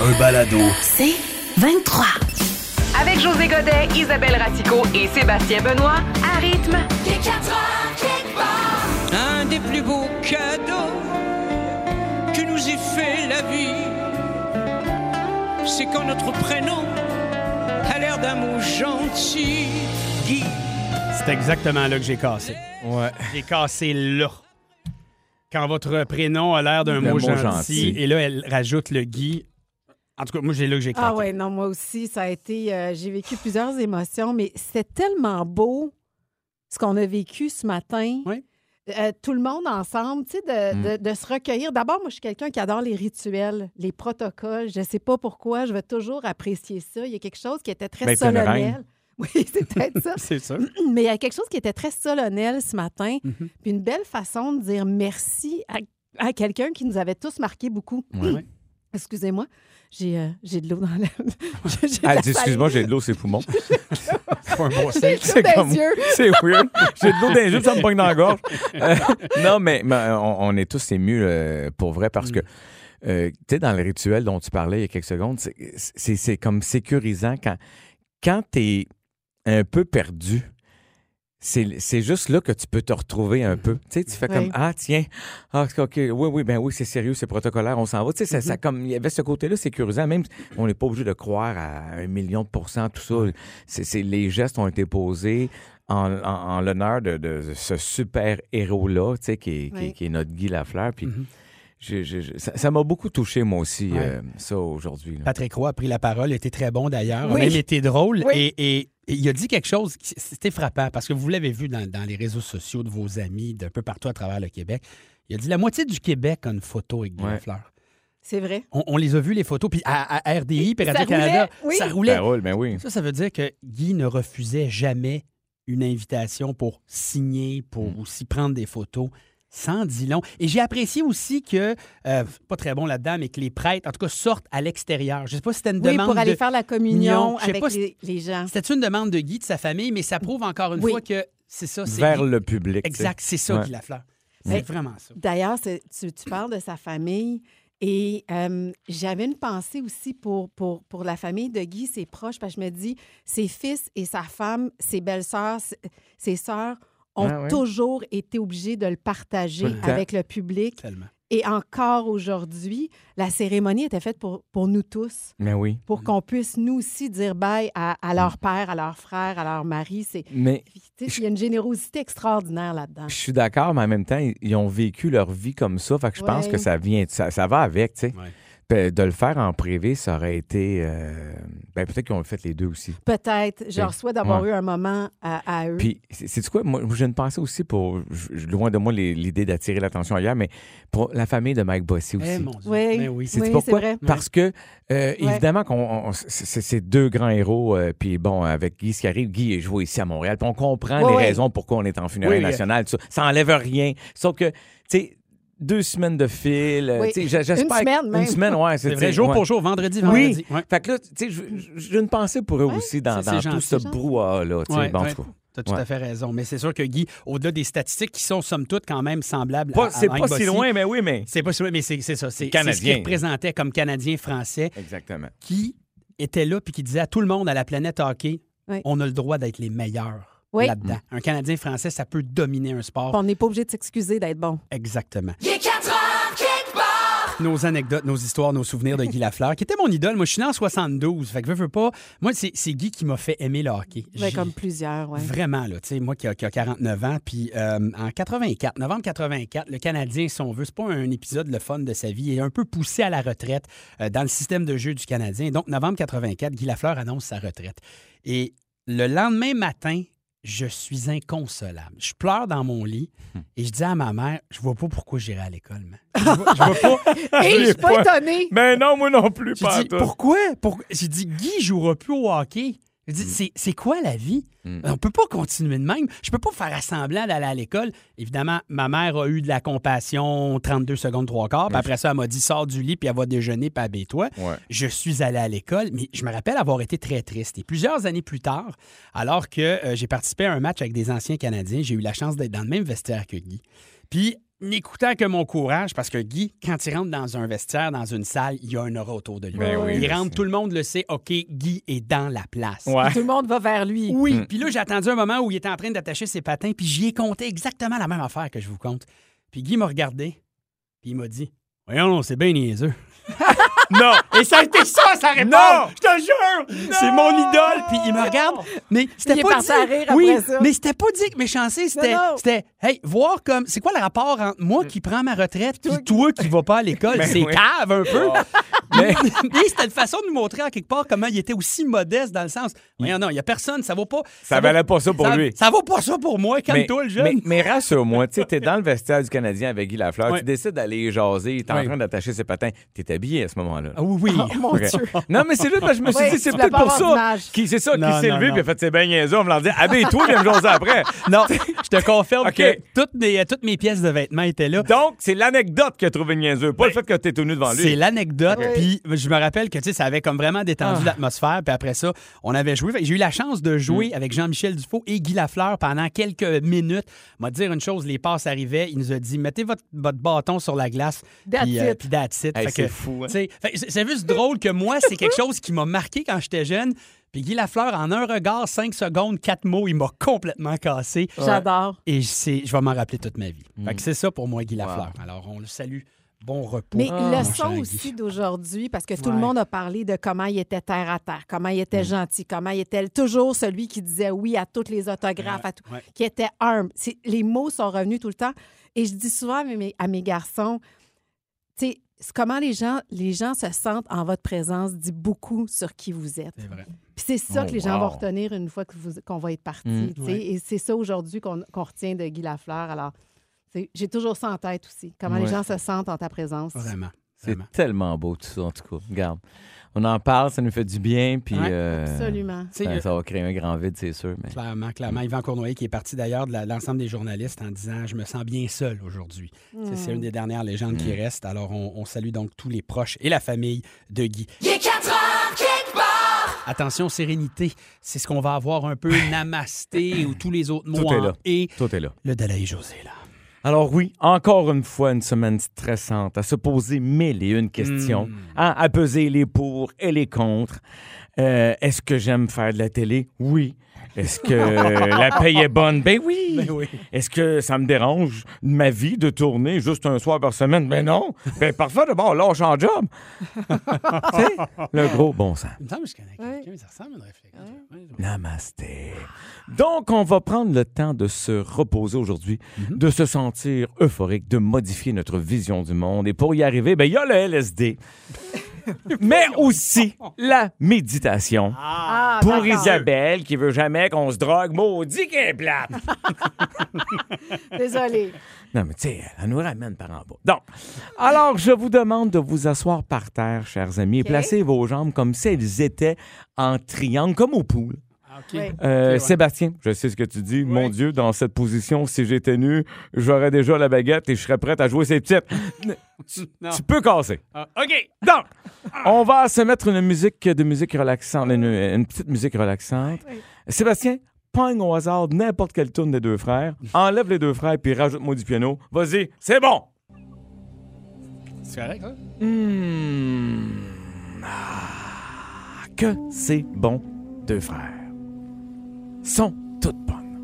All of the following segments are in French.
Un balado. C'est 23. Avec José Godet, Isabelle Ratico et Sébastien Benoît, à rythme. Un des plus beaux cadeaux que nous ait fait la vie, c'est quand notre prénom a l'air d'un mot gentil. Guy. C'est exactement là que j'ai cassé. Ouais. J'ai cassé là. Quand votre prénom a l'air d'un Le mot mot gentil, gentil. et là, elle rajoute le Guy. En tout cas, moi, j'ai là que j'ai craqué. Ah ouais, non, moi aussi, ça a été. euh, j'ai vécu plusieurs émotions, mais c'était tellement beau ce qu'on a vécu ce matin. Oui. Euh, tout le monde ensemble, tu sais, de, Mm. de- de se recueillir. D'abord, moi, je suis quelqu'un qui adore les rituels, les protocoles. Je ne sais pas pourquoi, je vais toujours apprécier ça. Il y a quelque chose qui était très Ben, t'es une reine. solennel. Oui, c'est peut-être ça. C'est ça. Mais il y a quelque chose qui était très solennel ce matin, Mhm. puis une belle façon de dire merci à, à quelqu'un qui nous avait tous marqué beaucoup. Ouais. Excusez-moi, j'ai euh, j'ai de l'eau dans la... j'ai- j'ai de Ah, Elle la dit Excuse-moi, j'ai salive. de l'eau, c'est poumons. C'est pas un beau J'ai signe. de l'eau dans les yeux. C'est weird. J'ai de l'eau dans les yeux, ça me pogne dans la gorge. Euh, non, mais, mais, euh, on, on est tous émus euh, pour vrai parce que, euh, tu sais, dans le rituel dont tu parlais il y a quelques secondes, c'est- c'est c'est comme sécurisant quand, quand tu es un peu perdu. C'est c'est juste là que tu peux te retrouver un peu. Tu sais, tu fais comme Oui. Ah, tiens, ah, OK, oui, oui, ben oui, c'est sérieux, c'est protocolaire, on s'en va. Tu sais, ça, ça comme, il y avait ce côté-là sécurisant, même on n'est pas obligé de croire à un million de pourcents, tout ça. C'est, c'est- les gestes ont été posés en, en- en l'honneur de, de ce super héros-là, tu sais, qui, est- qui est- Oui. qui est notre Guy Lafleur. Puis je- je- je- ça, ça m'a beaucoup touché, moi aussi, Ouais. euh, ça, aujourd'hui. là. Patrick Roy a pris la parole, était très bon d'ailleurs, Oui. a même été drôle Oui. et, et- et il a dit quelque chose, qui- c'était frappant parce que vous l'avez vu dans, dans les réseaux sociaux de vos amis d'un peu partout à travers le Québec. Il a dit la moitié du Québec a une photo avec Guy Ouais. Lafleur. C'est vrai. On, on les a vus les photos puis à, à RDI, puis Ça Radio-Canada, roulait, oui. ça roulait. Ben, Raoul, ben oui. Ça, ça veut dire que Guy ne refusait jamais une invitation pour signer, pour Hmm. aussi prendre des photos. Sans dit long. Et j'ai apprécié aussi que, euh, pas très bon là-dedans, mais que les prêtres, en tout cas, sortent à l'extérieur. Je ne sais pas si c'était une Oui, demande. pour aller de- faire la communion Mignon. Je sais avec pas si- les, les gens. C'était une demande de Guy de sa famille, mais ça prouve encore une Oui. fois que c'est ça. c'est Vers Guy- le public. tu sais. Exact, c'est ça Ouais. Hmm. Guy Lafleur. Mais- C'est vraiment ça. D'ailleurs, c'est- tu, tu parles de sa famille. Et euh, j'avais une pensée aussi pour, pour, pour la famille de Guy, ses proches, parce que je me dis, ses fils et sa femme, ses belles-sœurs, ses- ses sœurs ont Ah ouais. toujours été obligés de le partager Tout le temps. avec le public. Tellement. Et encore aujourd'hui, la cérémonie était faite pour, pour nous tous, Ben oui. pour qu'on puisse nous aussi dire bye à, à Mmh. leur père, à leur frère, à leur mari. C'est, Mais tu sais, il y a une générosité extraordinaire là-dedans. je suis d'accord, mais en même temps, ils- ils ont vécu leur vie comme ça. Fait que je pense Ouais. que ça vient, ça, ça va avec, tu sais. Ouais. Puis, De le faire en privé, ça aurait été. euh, ben, peut-être qu'ils ont fait les deux aussi. Peut-être. Je Oui. leur souhaite d'avoir Ouais. eu un moment à, à eux. Puis, c'est quoi? Moi, j'ai une pensée aussi pour, je- je- loin de moi les- l'idée d'attirer l'attention ailleurs, mais pour la famille de Mike Bossy aussi. Eh, mon Dieu. Oui. Mais oui. C'est Oui, pourquoi? c'est vrai. Parce que, euh, évidemment, qu'on, on- c'est, c'est- c'est deux grands héros. euh, puis bon, avec Guy, ce qui arrive, Guy est joué ici à Montréal. Puis on comprend Ouais, les ouais. raisons pourquoi on est en funérailles Oui, oui. nationales. tout Ça, ça enlève rien. Sauf que, tu sais, deux semaines de fil. euh, Oui. tu sais, j'- j'espère que- semaine même. Une semaine, ouais. C'est vrai, jour ouais. pour jour, vendredi, vendredi. Oui. Ouais. Fait que là, tu sais, je- je- j'ai une pensée pour eux aussi dans, c'est- dans c'est tout gentil, ce gentil. brouhaha-là. tu sais. Ouais, Bon, en ouais. tout cas. T'as tout Ouais. à fait raison. Mais c'est sûr que Guy, au-delà des statistiques qui sont, somme toute, quand même semblables à- Pas- à c'est Mike pas si Bossy, loin, mais oui, mais. C'est pas si loin, mais c'est c'est ça. C'est c'est ce Canadien. qu'il représentait comme Canadien-Français Exactement. qui était là puis qui disait à tout le monde, à la planète hockey, Oui. on a le droit d'être les meilleurs Oui. là-dedans. Un Canadien-Français, ça peut dominer un sport. On n'est pas obligé de s'excuser d'être bon. Exactement. Nos anecdotes, nos histoires, nos souvenirs de Guy Lafleur, qui était mon idole. Moi, je suis né en 72. Fait que veux, veux pas. Moi, c'est c'est Guy qui m'a fait aimer le hockey. Ouais, J'y- comme plusieurs, ouais. Vraiment, là, tu sais, moi qui a, qui a 49 ans, puis euh, en 84, novembre 84, le Canadien, si on veut, c'est pas un épisode le fun de sa vie, est un peu poussé à la retraite euh, dans le système de jeu du Canadien. Donc, novembre 84, Guy Lafleur annonce sa retraite. Et le lendemain matin, je suis inconsolable. Je pleure dans mon lit et je dis à ma mère, je vois pas pourquoi j'irai à l'école, man. Je vois, je vois pas. Hey, je suis pas étonnée. Mais non, moi non plus, J'ai pas à dit, toi. pourquoi? Pourquoi? J'ai dit, Guy jouera plus au hockey. J'ai dit, c'est- c'est quoi la vie? On peut pas continuer de même. Je peux pas faire semblant d'aller à l'école. Évidemment, ma mère a eu de la compassion 32 secondes, trois quarts. Puis après ça, elle m'a dit, sors du lit, puis elle va déjeuner, puis habille-toi. Ouais. Je suis allé à l'école, mais je me rappelle avoir été très triste. Et plusieurs années plus tard, alors que euh, j'ai participé à un match avec des anciens Canadiens, j'ai eu la chance d'être dans le même vestiaire que Guy. Puis, n'écoutant que mon courage, parce que Guy, quand il rentre dans un vestiaire, dans une salle, il y a un aura autour de lui. Ben oui, il je rentre, sais. tout le monde le sait, OK, Guy est dans la place. Ouais. Tout le monde va vers lui. Oui, Mm. puis là, j'ai attendu un moment où il était en train d'attacher ses patins, puis j'y ai compté exactement la même affaire que je vous compte. Puis Guy m'a regardé, puis il m'a dit Voyons, non, c'est bien niaiseux. Non! Et ça a été ça, sa réponse! Non! Je te jure! C'est mon idole! Puis il me regarde. Mais c'était Il est pas parti dit. à rire oui, après ça. mais c'était pas dit que méchanceté, c'était. non. C'était, hey, voir comme. C'est quoi le rapport entre moi qui prends ma retraite puis toi qui vas pas à l'école? Mm. Ben c'est oui. cave un peu! Mais- Mais, c'était une façon de nous montrer en quelque part comment il était aussi modeste dans le sens. Voyons, non, il y a personne, ça vaut pas. Ça vaut- valait pas ça pour ça- lui. Ça vaut pas ça pour moi, comme toi, le jeune. mais- mais rassure-moi, tu sais, t'es dans le vestiaire du Canadien avec Guy Lafleur, Ouais. tu décides d'aller jaser, t'es en Ouais. train d'attacher ses patins, t'es habillé à ce moment-là. Ah oui, oui. Oh, Mon Ok. Dieu. Non, mais c'est juste parce que je me suis Ouais, dit, c'est tu peut-être voulais pour pas avoir ça. d'image. Qui, c'est ça, qui Non, s'est non, levé, non. puis a fait ses bains niaiseux, on me l'a dit, habille-toi, viens me jaser après. Non, je te confirme OK. que toutes mes, toutes mes pièces de vêtements étaient là. Donc, c'est l'anecdote qu'il a trouvé niaiseux, pas le fait que t'es tout nu devant lui. C'est l'anecdote. Oui. Puis je me rappelle que tu sais, ça avait comme vraiment détendu Ah. l'atmosphère. Puis après ça, on avait joué. Fait que J'ai eu la chance de jouer Mm. avec Jean-Michel Dufault et Guy Lafleur pendant quelques minutes. On va te dire une chose, les passes arrivaient. Il nous a dit mettez votre, votre bâton sur la glace. That's puis, euh, it. puis that's it. Hey, Fait c'est que, fou, hein. tu sais, fait que c'est- c'est juste drôle que moi, c'est quelque chose qui m'a marqué quand j'étais jeune. Puis Guy Lafleur, en un regard, cinq secondes, quatre mots, il m'a complètement cassé. J'adore. Et c'est- je vais m'en rappeler toute ma vie. Mm. Fait que c'est ça pour moi, Guy Lafleur. Alors, on le salue. Bon repos. Mais Oh, mon le cher son Guy. aussi d'aujourd'hui, parce que tout le Ouais. Mm. monde a parlé de comment il était terre à terre, comment il était gentil, comment il était toujours celui qui disait oui à toutes les autographes, à tout, ouais. qui était humble. C'est- Les mots sont revenus tout le temps. Et je dis souvent à mes, à mes garçons, tu sais, c'est comment les gens, les gens se sentent en votre présence dit beaucoup sur qui vous êtes. C'est vrai. Puis c'est ça Oh, que les gens vont wow. retenir une fois que vous- qu'on va être parti. Mm. tu sais. Ouais. Et c'est ça aujourd'hui qu'on qu'on retient de Guy Lafleur. Alors, tu sais, j'ai toujours ça en tête aussi, comment Ouais. les gens se sentent en ta présence. Vraiment. C'est Vraiment. tellement beau tout ça, en tout cas. Regarde, on en parle, ça nous fait du bien, puis Ouais, euh, Absolument. Tu sais, ben, euh, ça va créer un grand vide, c'est sûr. Mais... Clairement, clairement. Yvan Cournoyer qui est parti d'ailleurs de la- l'ensemble des journalistes en disant Je me sens bien seul aujourd'hui. C'est- Mm. C'est une des dernières légendes Mm. qui reste. Alors, on, on salue donc tous les proches et la famille de Guy. Attention, sérénité. C'est ce qu'on va avoir un peu namasté ou tous les autres mots. Tout est en là. Et Tout est là. le Dalai José, là. Alors oui, encore une fois, une semaine stressante à se poser mille et une questions, Hmm. hein, à peser les pour et les contre. Euh, Est-ce que j'aime faire de la télé? Oui. Est-ce que la paye est bonne? Ben oui. Ben oui. Est-ce que ça me dérange ma vie de tourner juste un soir par semaine? Ben non. Ben parfois, d'abord, lâche en job. Tu sais, le gros bon sens. Il me semble que je connais quelqu'un, mais ça ressemble à une réflexion. Namasté. Donc, on va prendre le temps de se reposer aujourd'hui, de se sentir euphorique, de modifier notre vision du monde. Et pour y arriver, ben, il y a le LSD, mais aussi la méditation. Ah, Pour d'accord. Isabelle, qui veut jamais qu'on se drogue, maudit qu'elle est plate. Désolée. Non, mais tu sais, elle nous ramène par en bas. Donc, alors, je vous demande de vous asseoir par terre, chers amis, et placez vos jambes comme si elles étaient en triangle, comme au pool. Oui. Euh, ouais. Sébastien, je sais ce que tu dis. Mon Dieu, dans cette position, si j'étais nu, j'aurais déjà la baguette et je serais prête à jouer ses petites. Non. tu peux casser. Ah, OK. Ah. Donc, on va se mettre une musique de musique relaxante, une, une petite musique relaxante. Sébastien, pogne au hasard n'importe quelle tourne des deux frères, enlève les deux frères puis rajoute-moi du piano. Vas-y, c'est bon. C'est correct, hein? ça? Hmm. Ah, que c'est bon, deux frères. Sont toutes bonnes.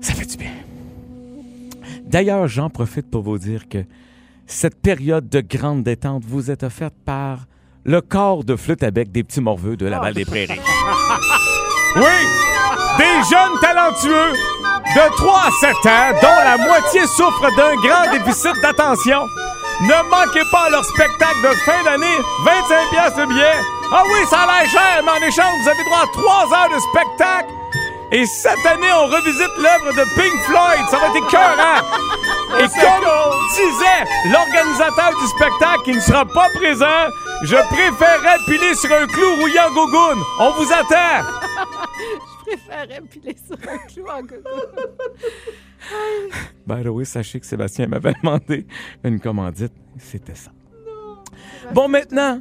Ça fait du bien. D'ailleurs, j'en profite pour vous dire que cette période de grande détente vous est offerte par le corps de flûte à bec des petits morveux de la Val des Prairies. Oui! Des jeunes talentueux de 3 à 7 ans, dont la moitié souffre d'un grand déficit d'attention. Ne manquez pas leur spectacle de fin d'année, 25 pièces le billet. Ah oui, ça a l'air cher, mais en échange, vous avez droit à 3 heures de spectacle Et cette année, on revisite l'œuvre de Pink Floyd. Ça va être écœurant. Et comme disait l'organisateur du spectacle qui ne sera pas présent, je préférerais piler sur un clou rouillant gougoune. On vous attend. Je préférais piler sur un clou en By the way, Ben, sachez que Sébastien m'avait demandé une commandite. C'était ça. Bon, maintenant,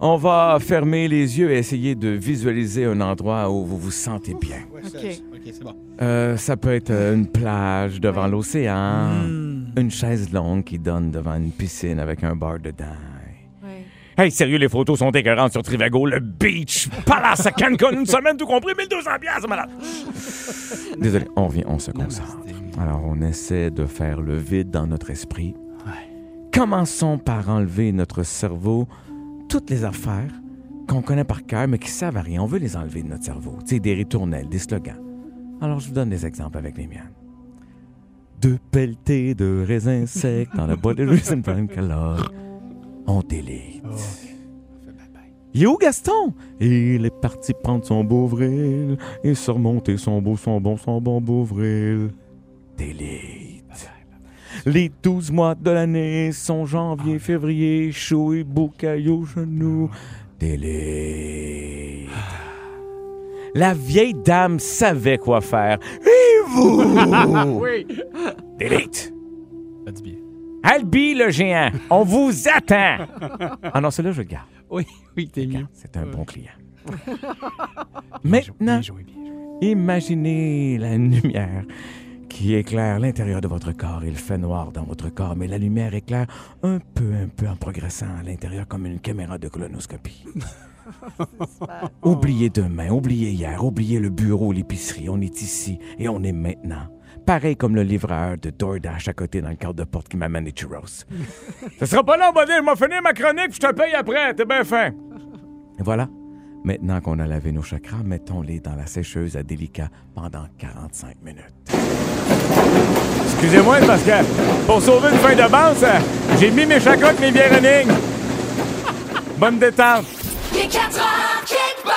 on va fermer les yeux et essayer de visualiser un endroit où vous vous sentez bien. OK, c'est bon. Euh, ça peut être euh, une plage devant l'océan, une chaise longue qui donne devant une piscine avec un bar dedans. Hey, sérieux, les photos sont écœurantes sur Trivago, le beach, palace à Cancun, une semaine tout compris, 1200 piastres, malade. Désolé, on revient, on se concentre. Alors, on essaie de faire le vide dans notre esprit. Commençons par enlever notre cerveau toutes les affaires qu'on connaît par cœur, mais qui servent à rien. On veut les enlever de notre cerveau. Tu sais, des ritournelles, des slogans. Alors, je vous donne des exemples avec les miennes. Deux pelletées de raisins secs dans la boîte de raisin Bran Color. On délite. Yo Gaston! Il est parti prendre son beau vril et surmonter son beau, son bon, son bon beau vril. Délite. Les 12 mois de l'année sont janvier, février, chaud et boucaille aux genoux. Délite. La vieille dame savait quoi faire. Et vous? oui. Délite. Albi le géant, on vous attend. Ah non, celui-là, je le garde. Oui, oui, t'es mieux. C'est un bon client. Maintenant, imaginez la lumière qui éclaire l'intérieur de votre corps. Il fait noir dans votre corps, mais la lumière éclaire un peu, un peu en progressant à l'intérieur comme une caméra de colonoscopie. Oubliez demain, oubliez hier, oubliez le bureau, l'épicerie. On est ici et on est maintenant. Pareil comme le livreur de DoorDash à côté dans le cadre de porte qui m'amène les churros. Ce sera pas long, Bonnet. Je vais finir ma chronique puis je te paye après. T'es bien fin. Et voilà. Maintenant qu'on a lavé nos chakras, mettons-les dans la sécheuse à délicat pendant 45 minutes. Excusez-moi, c'est parce que pour sauver une fin de balance, j'ai mis mes chakras et mes bières running. Bonne détente. Les 4 heures kickbar!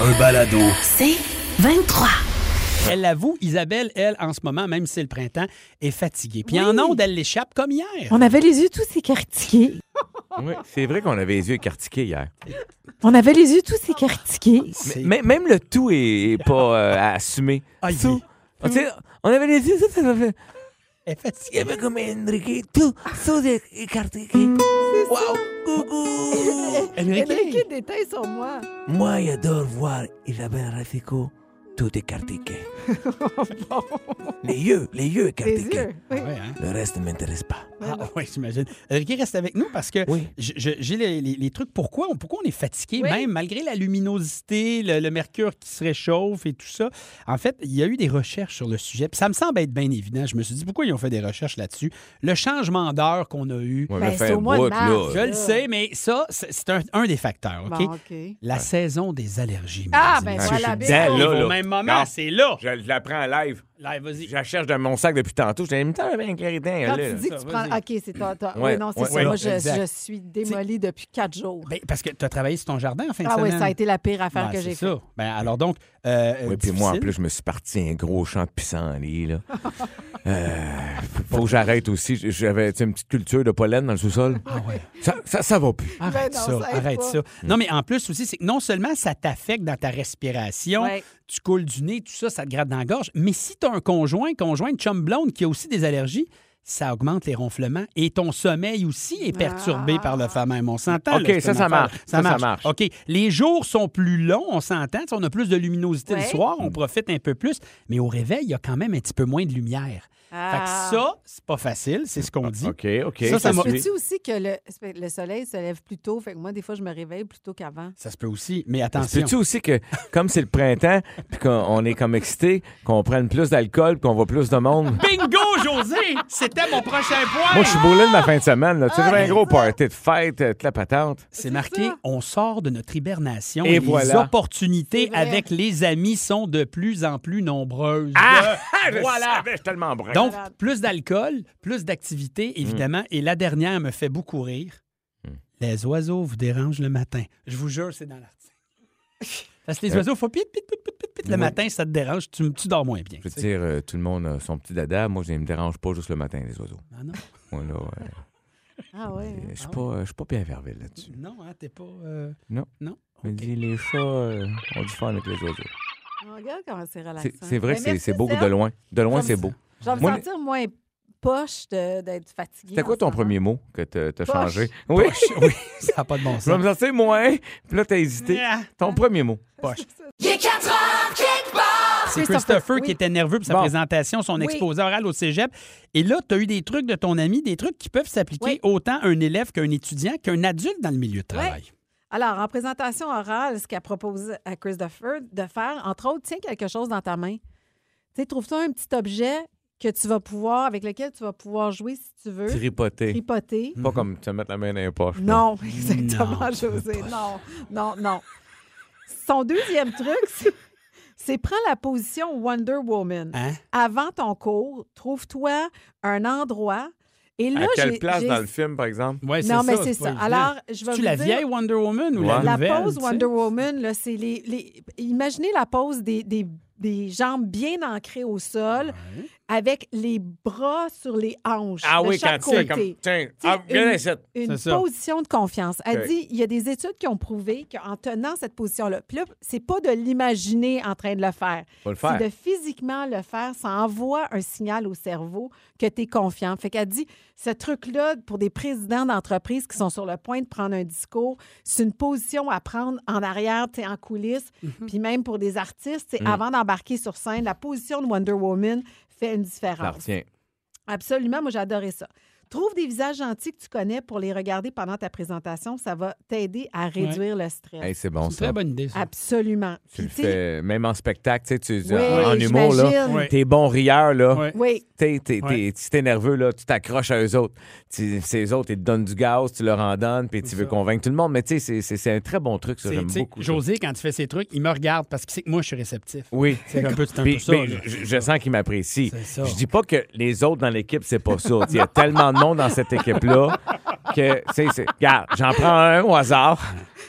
Un balado. C'est 23. Elle l'avoue, Isabelle, elle, en ce moment, même si c'est le printemps, est fatiguée. Puis en ondes, elle l'échappe comme hier. On avait les yeux tous écartiqués. Oui, c'est vrai qu'on avait les yeux écartiqués hier. On avait les yeux tous écartiqués. Mais, même le tout est pas euh, à assumer. Tout. Tu sais, on avait les yeux, ça, ça m'a fait. Elle est fatiguée. Elle comme Enrique, tout, tout est écartiqué. Wow, coucou! Enrique déteint sur moi. Moi, j'adore voir Isabelle Racicot tout écartiqué. Les yeux, Oh, les yeux Les écartiqués. yeux, oui. Ouais, hein? Le reste ne m'intéresse pas. Ah oui, j'imagine. Ricky, reste avec nous parce que je- je- j'ai les, les- les trucs pourquoi on, pourquoi on est fatigué, même malgré la luminosité, le, le mercure qui se réchauffe et tout ça. En fait, il y a eu des recherches sur le sujet. Puis ça me semble être bien évident. Je me suis dit pourquoi ils ont fait des recherches là-dessus. Le changement d'heure qu'on a eu. Ouais, mais Ben, c'est fait au mois de bout, mars, Je là. le sais, mais ça, c'est c'est un, un des facteurs. OK? Bon, OK. La saison des allergies. Ah, mesdames ben et messieurs. voilà, Je bingo. suis Là, là. Au même moment, Non. c'est là. Je, je la prends en live. Live, vas-y. Je la cherche dans mon sac depuis tantôt. Je t'ai mis un Quand tu dis que tu prends. OK, c'est toi. toi. Ouais, oui, non, c'est ouais, ça. ouais. Moi, je, Exact. je suis démolie depuis quatre jours. Ben, parce que tu as travaillé sur ton jardin en fin Ah de oui, semaine. ça a été la pire affaire Ben, que c'est j'ai ça. faite. Ben, alors donc. euh, Oui, puis moi, en difficile. plus, je me suis parti un gros champ de pissenlit, là. Euh, faut que j'arrête aussi. J'avais tu sais, une petite culture de pollen dans le sous-sol. Ah Ça, ça, ça va plus. Arrête Ben non, ça, ça aide arrête pas. ça. Mm. Non, mais en plus aussi, c'est que non seulement ça t'affecte dans ta respiration, Ouais. tu coules du nez, tout ça, ça te gratte dans la gorge, mais si tu as un conjoint, conjointe, chum blonde qui a aussi des allergies, ça augmente les ronflements et ton sommeil aussi est perturbé par le fameux. On s'entend. OK, là, c'est ça, une ça affaire- marche. Ça, ça marche. OK. Les jours sont plus longs, on s'entend. Tu sais, On a plus de luminosité le Ouais. soir, on profite un peu plus. Mais au réveil, il y a quand même un petit peu moins de lumière. Fait que Ah. ça, c'est pas facile, c'est ce qu'on dit. Ah, OK, OK. Ça, ça m'a- tu aussi que le, le soleil se lève plus tôt? Fait que moi, des fois, je me réveille plus tôt qu'avant. Ça se peut aussi, mais C'est attention. tu aussi que, comme c'est le printemps, puis qu'on on est comme excité, qu'on prenne plus d'alcool, puis qu'on voit plus de monde. Bingo, José! C'était mon prochain point! Moi, je suis boulé de ma fin de semaine. là. Tu sais, j'avais un Ah, gros party de fête, euh, de la patente. C'est marqué, on sort de notre hibernation Et et, les voilà. opportunités C'est vrai. avec les amis sont de plus en plus nombreuses. Ah! Je voilà. savais, je suis tellement brun. Donc, plus d'alcool, plus Hmm. d'activité, évidemment. Et la dernière me fait beaucoup rire. Les oiseaux vous dérangent le matin. Je vous jure, c'est dans l'article. Parce que les Euh, oiseaux font pit, pit, pit, pit, pit, pit. Le ouais. matin, ça te dérange, tu, tu dors moins bien. Je veux tu sais. dire, euh, tout le monde a son petit dada. Moi, je ne me dérange pas juste le matin, les oiseaux. Ah non? Moi, là, euh, Ah ouais. hein? je ne suis pas, euh, je suis pas Pierre Verville là-dessus. Non, hein, t'es pas. euh, Non. Non. Je me dis, les chats euh, ont du fun avec les oiseaux. Oh, regarde comment c'est relaxant. C'est- C'est vrai Ben, que c'est- merci, c'est beau Serge. de loin. De loin, Je c'est me- beau. Je vais me Moi, sentir moins poche de- d'être fatiguée. C'était quoi en ce ton premier mot que t'as t'as Poche. changé? Oui, oui, ça n'a pas de bon sens. Je vais me sentir moins, puis là, t'as hésité. Ah. Ton premier mot. Poche. Il est 4 heures, kickbox! C'est Christopher qui était nerveux pour sa présentation, son Oui. exposé oral au cégep. Et là, tu as eu des trucs de ton ami, des trucs qui peuvent s'appliquer autant à un élève qu'un étudiant, qu'un adulte dans le milieu de travail. Alors, en présentation orale, ce qu'elle propose à Christopher de faire, entre autres, tiens quelque chose dans ta main. Tu sais, trouve-toi un petit objet que tu vas pouvoir, avec lequel tu vas pouvoir jouer si tu veux. Tripoter. Tripoter. Pas comme te mettre la main dans les poches. là. Non, exactement, José. Non, non, non. Son deuxième truc, c'est- c'est prends la position Wonder Woman. Hein? Avant ton cours, trouve-toi un endroit. Et là, à quelle j'ai- place j'ai- dans le film, par exemple? Ouais, non, mais c'est ça. Alors, je vais tu vous la dire- vieille Wonder Woman ou Ouais. la La nouvelle? pose tu sais? Wonder Woman, là, c'est les, les- Imaginez la pose des, des- des jambes bien ancrées au sol avec les bras sur les hanches. Ah de oui, quand chaque tu fais côté. comme. Tiens, Tu sais, ah, viens ici. une, une position de confiance. Elle OK. dit il y a des études qui ont prouvé qu'en tenant cette position-là, puis là, c'est pas de l'imaginer en train de le faire. Faut le faire. C'est de physiquement le faire. Ça envoie un signal au cerveau que tu es confiant. Fait qu'elle dit ce truc-là, pour des présidents d'entreprise qui sont sur le point de prendre un discours, c'est une position à prendre en arrière, tu sais, en coulisses. Puis même pour des artistes, tu sais, Mm-hmm. Mm. avant d'embarquer sur scène, la position de Wonder Woman fait une Ah, différence. tiens. Absolument, moi j'adorais ça. Trouve des visages gentils que tu connais pour les regarder pendant ta présentation. Ça va t'aider à réduire le stress. Hey, c'est bon, C'est une ça. très bonne idée, ça. Ah. Absolument. Tu le Puis, tu sais, fais, même en spectacle, tu sais, tu, Oui, en, en humour, là, j'imagine. Oui. t'es bon rieur, là. Oui. T'es- t'es- t'es- Ouais. Si t'es nerveux, là, tu t'accroches à eux autres. Tu, ces autres, ils te donnent du gaz, tu leur en donnes, puis tu veux convaincre tout le monde. Mais tu sais, c'est- c'est c'est un très bon truc, ça, C'est- j'aime tu sais, beaucoup. ça. José, quand tu fais ces trucs, il me regarde parce qu'il sait que moi, je suis réceptif. Oui, C'est un peu, c'est un Puis- peu ça. puis là. je, je sens qu'il m'apprécie. ça. Je dis pas que les autres dans l'équipe, c'est pas ça. Il y a tellement de monde dans cette équipe-là que, c'est, c'est- regarde, j'en prends un au hasard.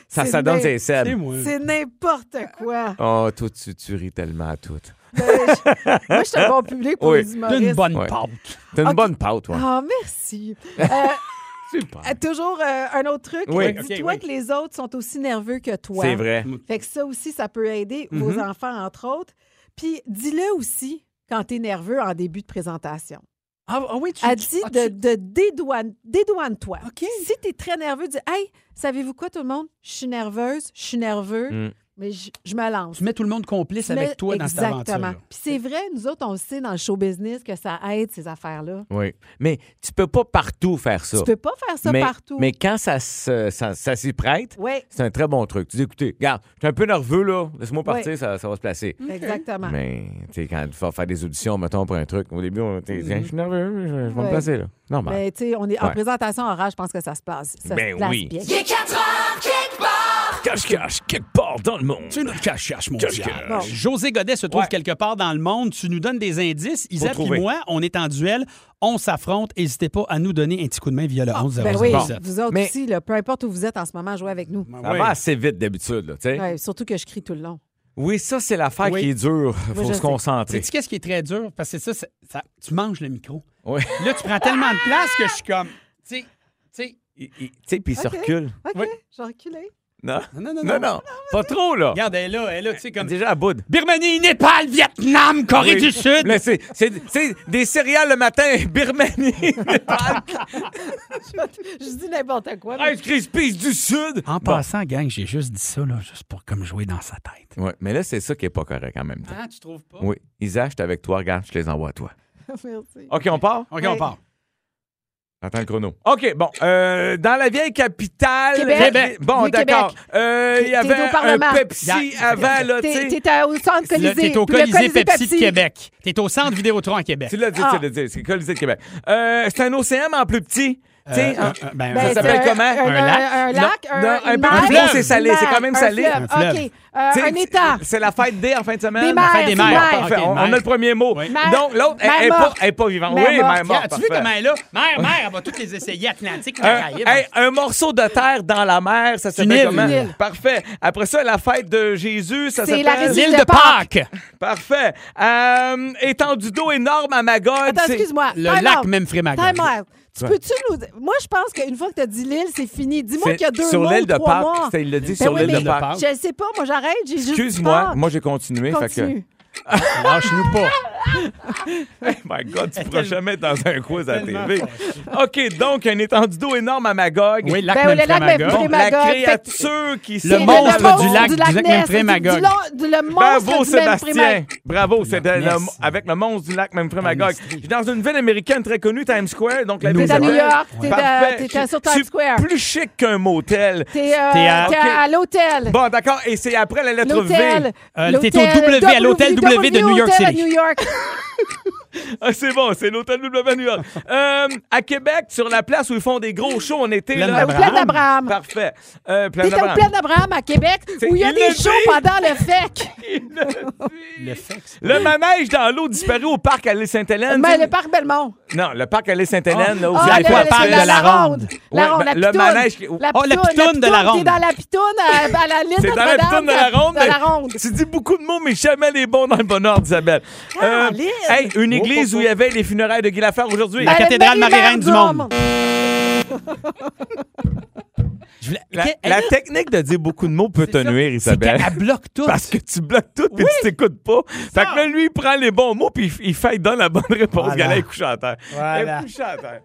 Ça, c'est ça donne n'im- ses scènes. C'est n'importe quoi. Oh, toi, tu, tu ris tellement à tout. Moi, je suis un bon public pour les humoristes. T'as une bonne Ouais. pâte. T'as une bonne pâte, ouais. Ah, merci. Euh, Super. euh, toujours euh, un autre truc. Oui. Dis-toi Ok, oui. que les autres sont aussi nerveux que toi. C'est vrai. Fait que ça aussi, ça peut aider Mhm. vos enfants, entre autres. Puis dis-le aussi quand tu es nerveux en début de présentation. Ah, oui, tu Elle dit de, de dédouane, dédouane-toi. Si tu es très nerveux, dis Hey, savez-vous quoi, tout le monde? Je suis nerveuse, je suis nerveux, Mmh, Mm. mais je je me lance. Tu mets tout le monde complice Mais- avec toi dans cette Exactement. aventure. là. Puis c'est vrai, nous autres, on le sait dans le show business que ça aide ces affaires-là. Oui. Mais tu peux pas partout faire ça. Tu peux pas faire ça mais, partout. Mais quand ça, se- ça, ça s'y prête, Oui. c'est un très bon truc. Tu dis, écoutez, regarde, je suis un peu nerveux, là. Laisse-moi partir, Oui. Mm. ça, ça va se placer. Exactement. Mais, tu sais, quand il faut faire des auditions, mettons, pour un truc, au début, on t'es- Mhm. je suis nerveux, mais je, je vais Ouais. me placer, là. Normal. Mais tu sais, on est en Ouais. présentation orale, je pense que ça se passe. Ça Ben se place oui. bien. Il est 4 heures, kickbox! Cache-cache, quelque part dans le monde. C'est notre cache-cache mondial. Cache-cache. Bon. José Godet se trouve quelque part dans le monde. Tu nous donnes des indices. Isa trouver. et moi, on est en duel. On s'affronte. N'hésitez pas à nous donner un petit coup de main via le 11 Ben oui, vous autres aussi, là, peu importe où vous êtes en ce moment, jouez avec Ben nous. Ça va assez vite d'habitude, là, tu sais. Ouais, surtout que je crie tout le long. Oui, ça, c'est l'affaire Oui. qui est dure. faut se concentrer. Sais-tu qu'est-ce qui est très dur? Parce que ça, ça- ça- tu manges le micro. Oui. Là, tu prends tellement de place que je suis comme... Tu sais, tu sais... Tu sais, puis il se Ok, recule. OK, Oui. j'ai reculé. Non? Non, non, non. Pas trop, là. Regarde, elle est là, elle est là, tu sais, comme. Déjà à bout. Birmanie, Népal, Vietnam, Corée Oui. du Sud. Là, c'est- C'est c'est des céréales le matin, Birmanie, Népal, Je dis n'importe quoi. mais- Rice Krispies du Sud. En passant, gang, j'ai juste dit ça, là, juste pour comme jouer dans sa tête. Oui, mais là, c'est ça qui est pas correct en même temps. Ah, tu trouves pas? Oui, ils achetent avec toi, regarde, je te les envoie à toi. Merci. OK, on part? OK, on part. Attends le chrono. OK, bon. euh, dans la vieille capitale. Québec. Québec. Bon, Oui, d'accord. Québec. Euh, Il y T'es avait au un Parlement. Pepsi Yeah. avant, là, tu T'es sais. t'es à- au centre Là, Colisée. T'es au Puis le Colisée, Pepsi, de Québec. T'es au centre Vidéotron à Québec. Tu l'as Ah. dit, tu l'as dit. C'est le Colisée de Québec. Euh, c'est un océan, mais en plus petit. Tu sais, Euh, en- euh, ben, ça Ben, s'appelle c'est un- comment? un- Un lac? un Non, lac, un- non, une peu mer. plus long, c'est salé. Une C'est quand mer, même un salé. fleuve. Un OK. fleuve. Euh, Tu sais, un étang. C'est la fête des en fin de semaine. Des la fête mères, des des mères. Parfait, Ah, Ok, on, on a mères. le premier mot. Mère- Donc, l'autre, elle mère n'est pas, morte. elle est pas vivante. Mère oui, morte. mère morte. Regarde, Tu vu parfait. comment elle est là? Mère, mère, elle va toutes les essayer. Atlantique, Un, Caraïbes. hey, un morceau de terre dans la mer, ça Une s'appelle île. comment? Une île. Parfait. Après ça, la fête de Jésus, ça C'est s'appelle... la résidue L'île de de Pâques. Parfait. Euh, étendue d'eau énorme à Magog. Attends, c'est- excuse-moi. Time out. Time out. Tu Ouais. peux-tu nous dire- Moi, je pense qu'une fois que tu as dit l'île, c'est fini. Dis-moi C'est qu'il y a deux sur mots, l'île de trois Pâques. mois. C'est- il l'a dit Ben sur oui, l'île de mais Pâques. Je ne sais pas. Moi, j'arrête. J'ai juste Excuse-moi. peur. Moi, j'ai continué. fait que- Continue. Lâche-nous pas. Hey my God, tu pourras jamais être dans un quiz à TV. OK, donc, un étendu d'eau énorme à Magog. Oui, lac Ben oui, le lac Memphremagog. Memphremagog. Bon, la Fait que- créature qui Le monstre du lac du lac Ness, Memphremagog. du- du lo- du- Le monstre Bravo, du Sébastien. Memphremagog. Bravo, c'était Ness. le mo- avec le monstre du lac Memphremagog. Je suis dans une ville américaine très connue, Times Square. Donc la T'es ville à de- New York, t'es Parfait. à- t'es à- sur Je suis Times Square. Plus chic qu'un motel. T'es euh, T'es t'es à- OK. à l'hôtel. Bon, d'accord. Et c'est après la lettre V. Euh, L'hôtel. Euh, t'es au W, à l'hôtel W de New York hôtel à City. New York. Ah, c'est bon, c'est l'hôtel W à New York. Euh, à Québec, sur la place où ils font des gros shows en été. Plaine là. d'Abraham. Plaine d'Abraham. Parfait. Euh, plaine T'es au d'Abraham. plein d'Abraham à Québec C'est- où il y a il des le shows dit. pendant le E FEC. Le sexe. Le manège dans l'eau disparu au parc Allée Sainte-Hélène. Mais le parc Belmont. Non, le parc Allée Sainte-Hélène, là, où Ah, c'est le- quoi, le- parc le- la ronde. Ouais, La ronde, ben, la le pitoune. manège qui- Oh, la pitoune de la pitoune, ronde. T'es dans la pitoune à, à la ligne C'est dans la pitoune de la ronde. Dans la mais ronde. Tu dis beaucoup de mots, mais jamais les bons dans le bon ordre, Isabelle. Euh, Caroline. hey, une église où il y avait les funérailles de Guy Lafleur aujourd'hui. La Ben, cathédrale Marie Marie-Reine du Verdum. monde. Je voulais- La, Qu'est- la elle- technique de dire beaucoup de mots peut te nuire, C'est Isabelle. qu'elle bloque tout. Parce que tu bloques tout puis tu t'écoutes pas. Fait que là, lui, il prend les bons mots puis il, il fait, il donne la bonne réponse. Voilà. Voilà. est couché à terre. Voilà. Elle est couchée à terre.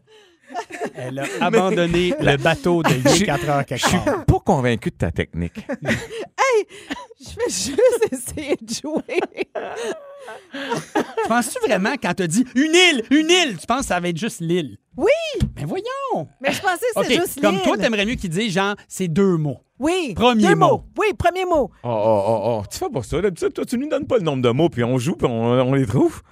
Elle a abandonné le bateau de Je- 4 heures quelque Je suis part. pas convaincu de ta technique. Je vais juste essayer de jouer. Tu Penses-tu vraiment quand t'as dit une île, une île, tu penses que ça va être juste l'île? Oui, Mais voyons! mais je pensais que OK, c'était juste comme toi, l'île. t'aimerais mieux qu'il dise genre, c'est deux mots. Oui. Premier deux mot. mots. Oui, premier mot. Oh, oh, oh, oh. Tu fais pas ça. D'habitude, toi, tu nous donnes pas le nombre de mots puis on joue puis on, on les trouve.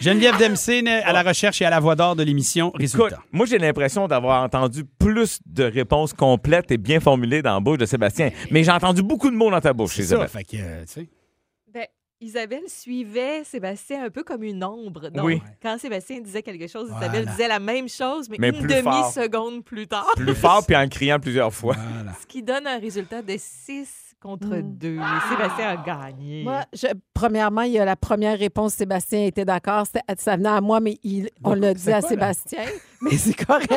Geneviève Dempsey né- à la recherche et à la voix d'or de l'émission. Écoute, Résultat. moi, j'ai l'impression d'avoir entendu plus de réponses complètes et bien formulées dans la bouche de Sébastien. Mais j'ai entendu beaucoup de mots dans ta bouche, C'est ça. Isabelle. Fait que, euh, tu sais. Ben, Isabelle suivait Sébastien un peu comme une ombre. Donc, Oui. quand Sébastien disait quelque chose, Voilà. Isabelle disait la même chose, mais, Mais une plus fort. demi-seconde plus Ah! tard. Plus fort puis en criant plusieurs fois. Ce qui donne un résultat de 6 contre Mm. 2. Sébastien a gagné. Moi, je- premièrement, il y a la première réponse. Sébastien était d'accord. C'était- Ça venait à moi, mais il, on l'a dit à Sébastien. Mais c'est correct.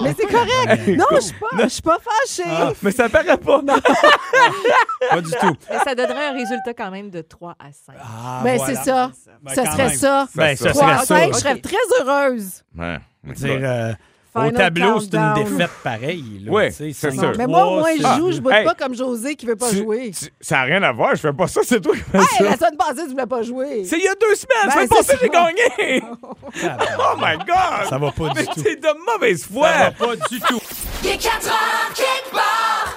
mais c'est correct. Non, je suis pas, je suis pas fâchée. Ah, mais ça paraît pas. Pas du tout. Mais ça donnerait un résultat quand même de 3 à 5. Ah, Ben, voilà. c'est ça. Ben, ce quand serait même. ça. Ben, ça Trois, serait cinq, ça. Je serais très heureuse. Ouais. Je veux dire, euh, au Final tableau, c'est une countdown. défaite pareille. là. Ouais, Tu sais, c'est cinq, sûr. Mais moi, au moins, trois, je joue. Je ne Hey. pas comme José qui veut pas Tu- jouer. tu- ça n'a rien à voir, je fais pas ça, c'est toi qui fais Hey, ça. la semaine passée, tu voulais pas jouer. C'est il y a deux semaines, Ben, semaine c'est passée, ça. j'ai gagné! six, Oh my God! Ça va pas Mais du tout. t'es de mauvaise foi! Ça va pas du tout. Les 4 heures kickbar.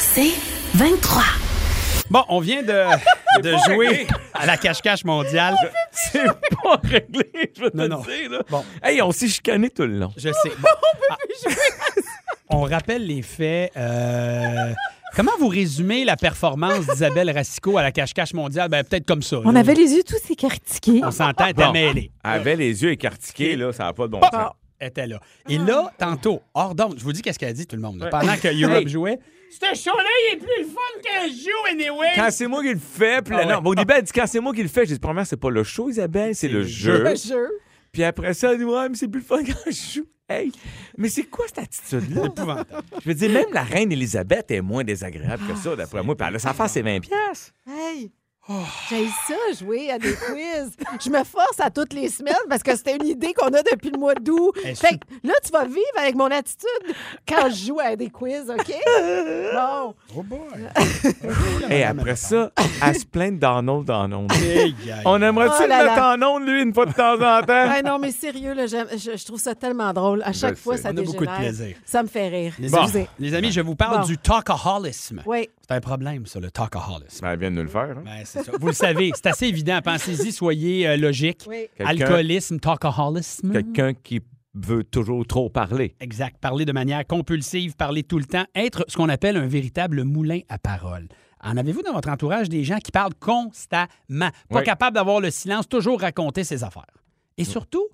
C'est 23. Bon, on vient de de pas jouer réglé. à la cache-cache mondiale. C'est pas Ben. réglé, je veux te dire. Là. Hey, on s'est chicané tout le long. Je sais. Bon. Ah. On rappelle les faits. euh, Comment vous résumez la performance d'Isabelle Racicot à la cache-cache mondiale? Ben, peut-être comme ça. On là. avait les yeux tous écartiqués. On s'entend, elle était Bon. mêlée. Elle avait les yeux écartiqués, là, ça n'a pas de bon Pop! sens. Elle était là. Et Ah. là, tantôt, hors d'onde, je vous dis qu'est-ce qu'elle a dit, tout le monde. là. Ouais. Pendant que Europe Hey. jouait, Ce show-là, il est plus le fun qu'un show, anyway. Quand c'est moi qui le fais, puis là, Ah ouais. non, mais au début, elle dit quand c'est moi qui le fais, j'ai dit premièrement, c'est pas le show, Isabelle, c'est le jeu. Puis après ça, elle dit ouais, mais c'est plus le fun quand je joue. Hey, mais c'est quoi cette attitude-là? Je veux dire, même la reine Elisabeth est moins désagréable que ça, d'après moi. Puis elle a sa face, c'est 20 pieds. Yes! Hey! Oh. J'ai ça, jouer à des quiz. Je me force à toutes les semaines parce que c'était une idée qu'on a depuis le mois d'août. Eh, Fait que là, tu vas vivre avec mon attitude quand je joue à des quiz, OK? Bon. Oh boy! Et après ça, elle se plaint de Donald, Donald. Aïe, aïe. On aimerait-tu Oh le là mettre là. en onde, lui, une fois de temps en temps? Ouais, non, mais sérieux, là, j'aime- je, je trouve ça tellement drôle. À chaque sais. fois, ça On a beaucoup de dégénère. plaisir. Ça me fait rire. Les, Bon. amis, les amis, je vous parle Bon. du talkaholisme. Oui. C'est un problème, ça, le talkaholisme. elle vient de nous le faire. hein. Ben, c'est ça. Vous le savez, c'est assez évident. Pensez-y, soyez euh, logique. Oui. Quelqu'un- Alcoolisme, talkaholisme. Quelqu'un qui veut toujours trop parler. Exact. Parler de manière compulsive, parler tout le temps, être ce qu'on appelle un véritable moulin à parole. En avez-vous dans votre entourage des gens qui parlent constamment, pas Oui. Mm. capables d'avoir le silence, toujours raconter ses affaires? Et surtout,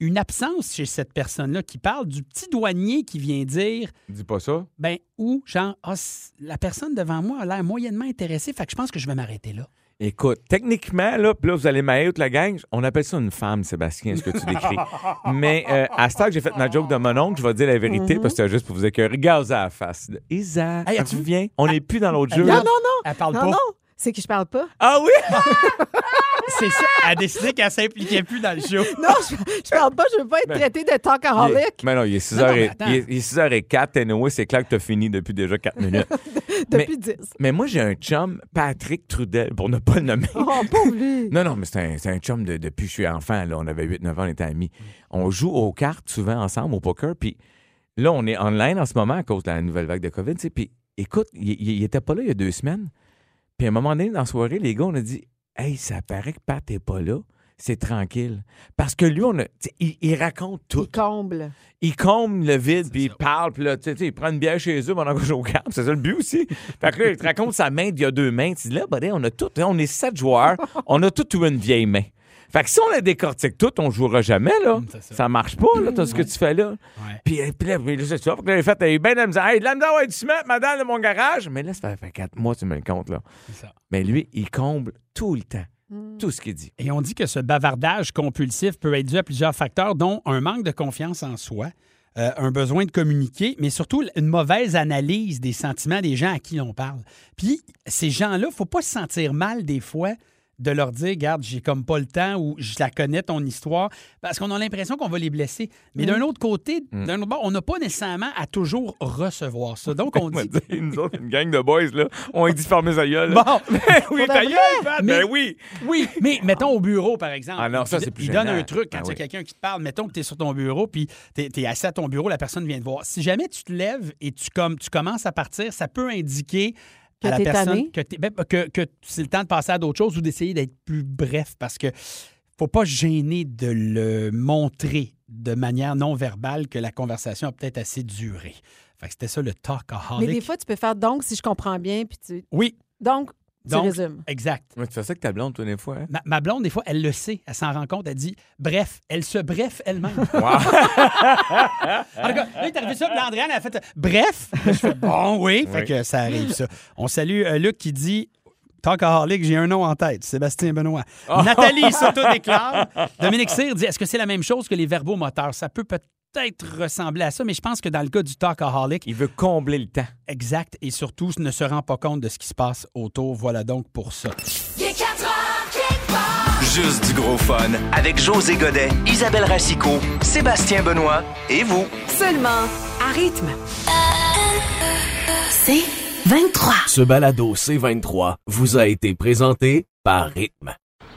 une absence chez cette personne-là qui parle du petit douanier qui vient dire Dis pas ça. ben ou genre Ah, c- la personne devant moi a l'air moyennement intéressée, fait que je pense que je vais m'arrêter là. Écoute, techniquement, là, puis là, vous allez m'aider toute la gang. On appelle ça une femme, Sébastien, ce que tu décris. Mais euh, à ce temps que j'ai fait ma joke de mon oncle, je vais dire la vérité parce que c'était juste pour vous écœurer. Gaz à la face. Isa, Hey, tu viens? On n'est plus dans l'autre jeu. Non, non, non. Elle parle non, pas. non. C'est que je parle pas. Ah oui? C'est ça. Elle a décidé qu'elle s'impliquait plus dans le show. Non, je, je parle pas. Je veux pas être Ben, traitée de talkaholic. Il est- Mais non, il est Ah, Non, non, mais 6h04. attends. Il est- il est 6h04. Anyway, c'est clair que t'as fini depuis déjà 4 minutes. Depuis 10. mais, mais moi, j'ai un chum, Patrick Trudel, pour ne pas le nommer. Oh, pauvre lui. Non, non, mais c'est un, c'est un chum de- depuis que je suis enfant. Là, on avait 8-9 ans, on était amis. On joue aux cartes souvent ensemble, au poker. Puis là, on est online en ce moment à cause de la nouvelle vague de COVID. tu sais. Puis écoute, il, il- il était pas là il y a deux semaines. Puis à un moment donné, dans la soirée, les gars, on a dit Hey, ça paraît que Pat n'est pas là. C'est tranquille. Parce que lui, on a, tu sais, il, il raconte tout. Il comble. Il comble le vide, puis il parle, puis là, tu sais, tu sais, il prend une bière chez eux pendant qu'on joue au camp. C'est ça le but aussi. Fait que là, il te raconte sa main d'il y a deux mains. Tu dis là, buddy, on a tout, on est sept joueurs, on a tout ou une vieille main. Fait que si on la décortique toute, on jouera jamais, Mm, là. Ça. marche pas, là, t'as ce que tu fais là. Puis, euh, puis là, mais là, c'est ça. Fait que là, il fait, t'as eu bien de la misère. Hey, de la misère, ouais, du ciment, madame, de mon garage. Mais là, ça fait quatre mois, tu me le comptes, là. Mais lui, il comble tout le temps, Mm. tout ce qu'il dit. Et on dit que ce bavardage compulsif peut être dû à plusieurs facteurs, dont un manque de confiance en soi, euh, un besoin de communiquer, mais surtout une mauvaise analyse des sentiments des gens à qui l'on parle. Puis ces gens-là, faut pas se sentir mal des fois de leur dire, garde, j'ai comme pas le temps ou je la connais ton histoire, parce qu'on a l'impression qu'on va les blesser. Mais d'un autre côté, d'un autre bord, on n'a pas nécessairement à toujours recevoir ça. Donc on dit, Nous autres, une gang de boys, là, on est dit fermer sa gueule. là. Bon, Ben oui, ta gueule, Pat, Mais- ben oui. Oui, mais mettons au bureau, par exemple. Ah non, ça, Il- c'est plus Il gênant. donne un truc quand Ah il y a oui. quelqu'un qui te parle. Mettons que tu es sur ton bureau, puis tu es, assis à ton bureau, la personne vient te voir. Si jamais tu te lèves et tu, comme, tu commences à partir, ça peut indiquer Que à la t'es personne tanné. que, t'es- ben, que, que c'est le temps de passer à d'autres choses ou d'essayer d'être plus bref parce que faut pas se gêner de le montrer de manière non verbale que la conversation a peut-être assez duré. Fait que c'était ça le Mais talkaholic. des fois, tu peux faire donc si je comprends bien, puis tu. Oui, Donc, tu donc, résumes. exact. Mais tu fais ça que ta blonde, toi, des fois. Hein? Ma, ma blonde, des fois, elle le sait, elle s'en rend compte, elle dit bref, elle se bref elle-même. en tout cas, là, il est arrivé ça, puis là, Andréane, elle a fait euh, bref. Je fais bon, oui, fait Oui. que ça arrive, ça. On salue euh, Luc qui dit Talkaholic, j'ai un nom en tête, Sébastien Benoît. Nathalie s'auto-déclare. Dominique Cyr dit est-ce que c'est la même chose que les verbomoteurs Ça peut peut-être ressembler à ça, mais je pense que dans le cas du talkaholic, Il veut combler le temps. exact, et surtout ne se rend pas compte de ce qui se passe autour. Voilà donc pour ça. Il est 4 heures, quelque part. Juste du gros fun avec José Godet, Isabelle Racicot, Sébastien Benoît et vous. Seulement à rythme. C'est 23. Ce balado C23 vous a été présenté par Rythme.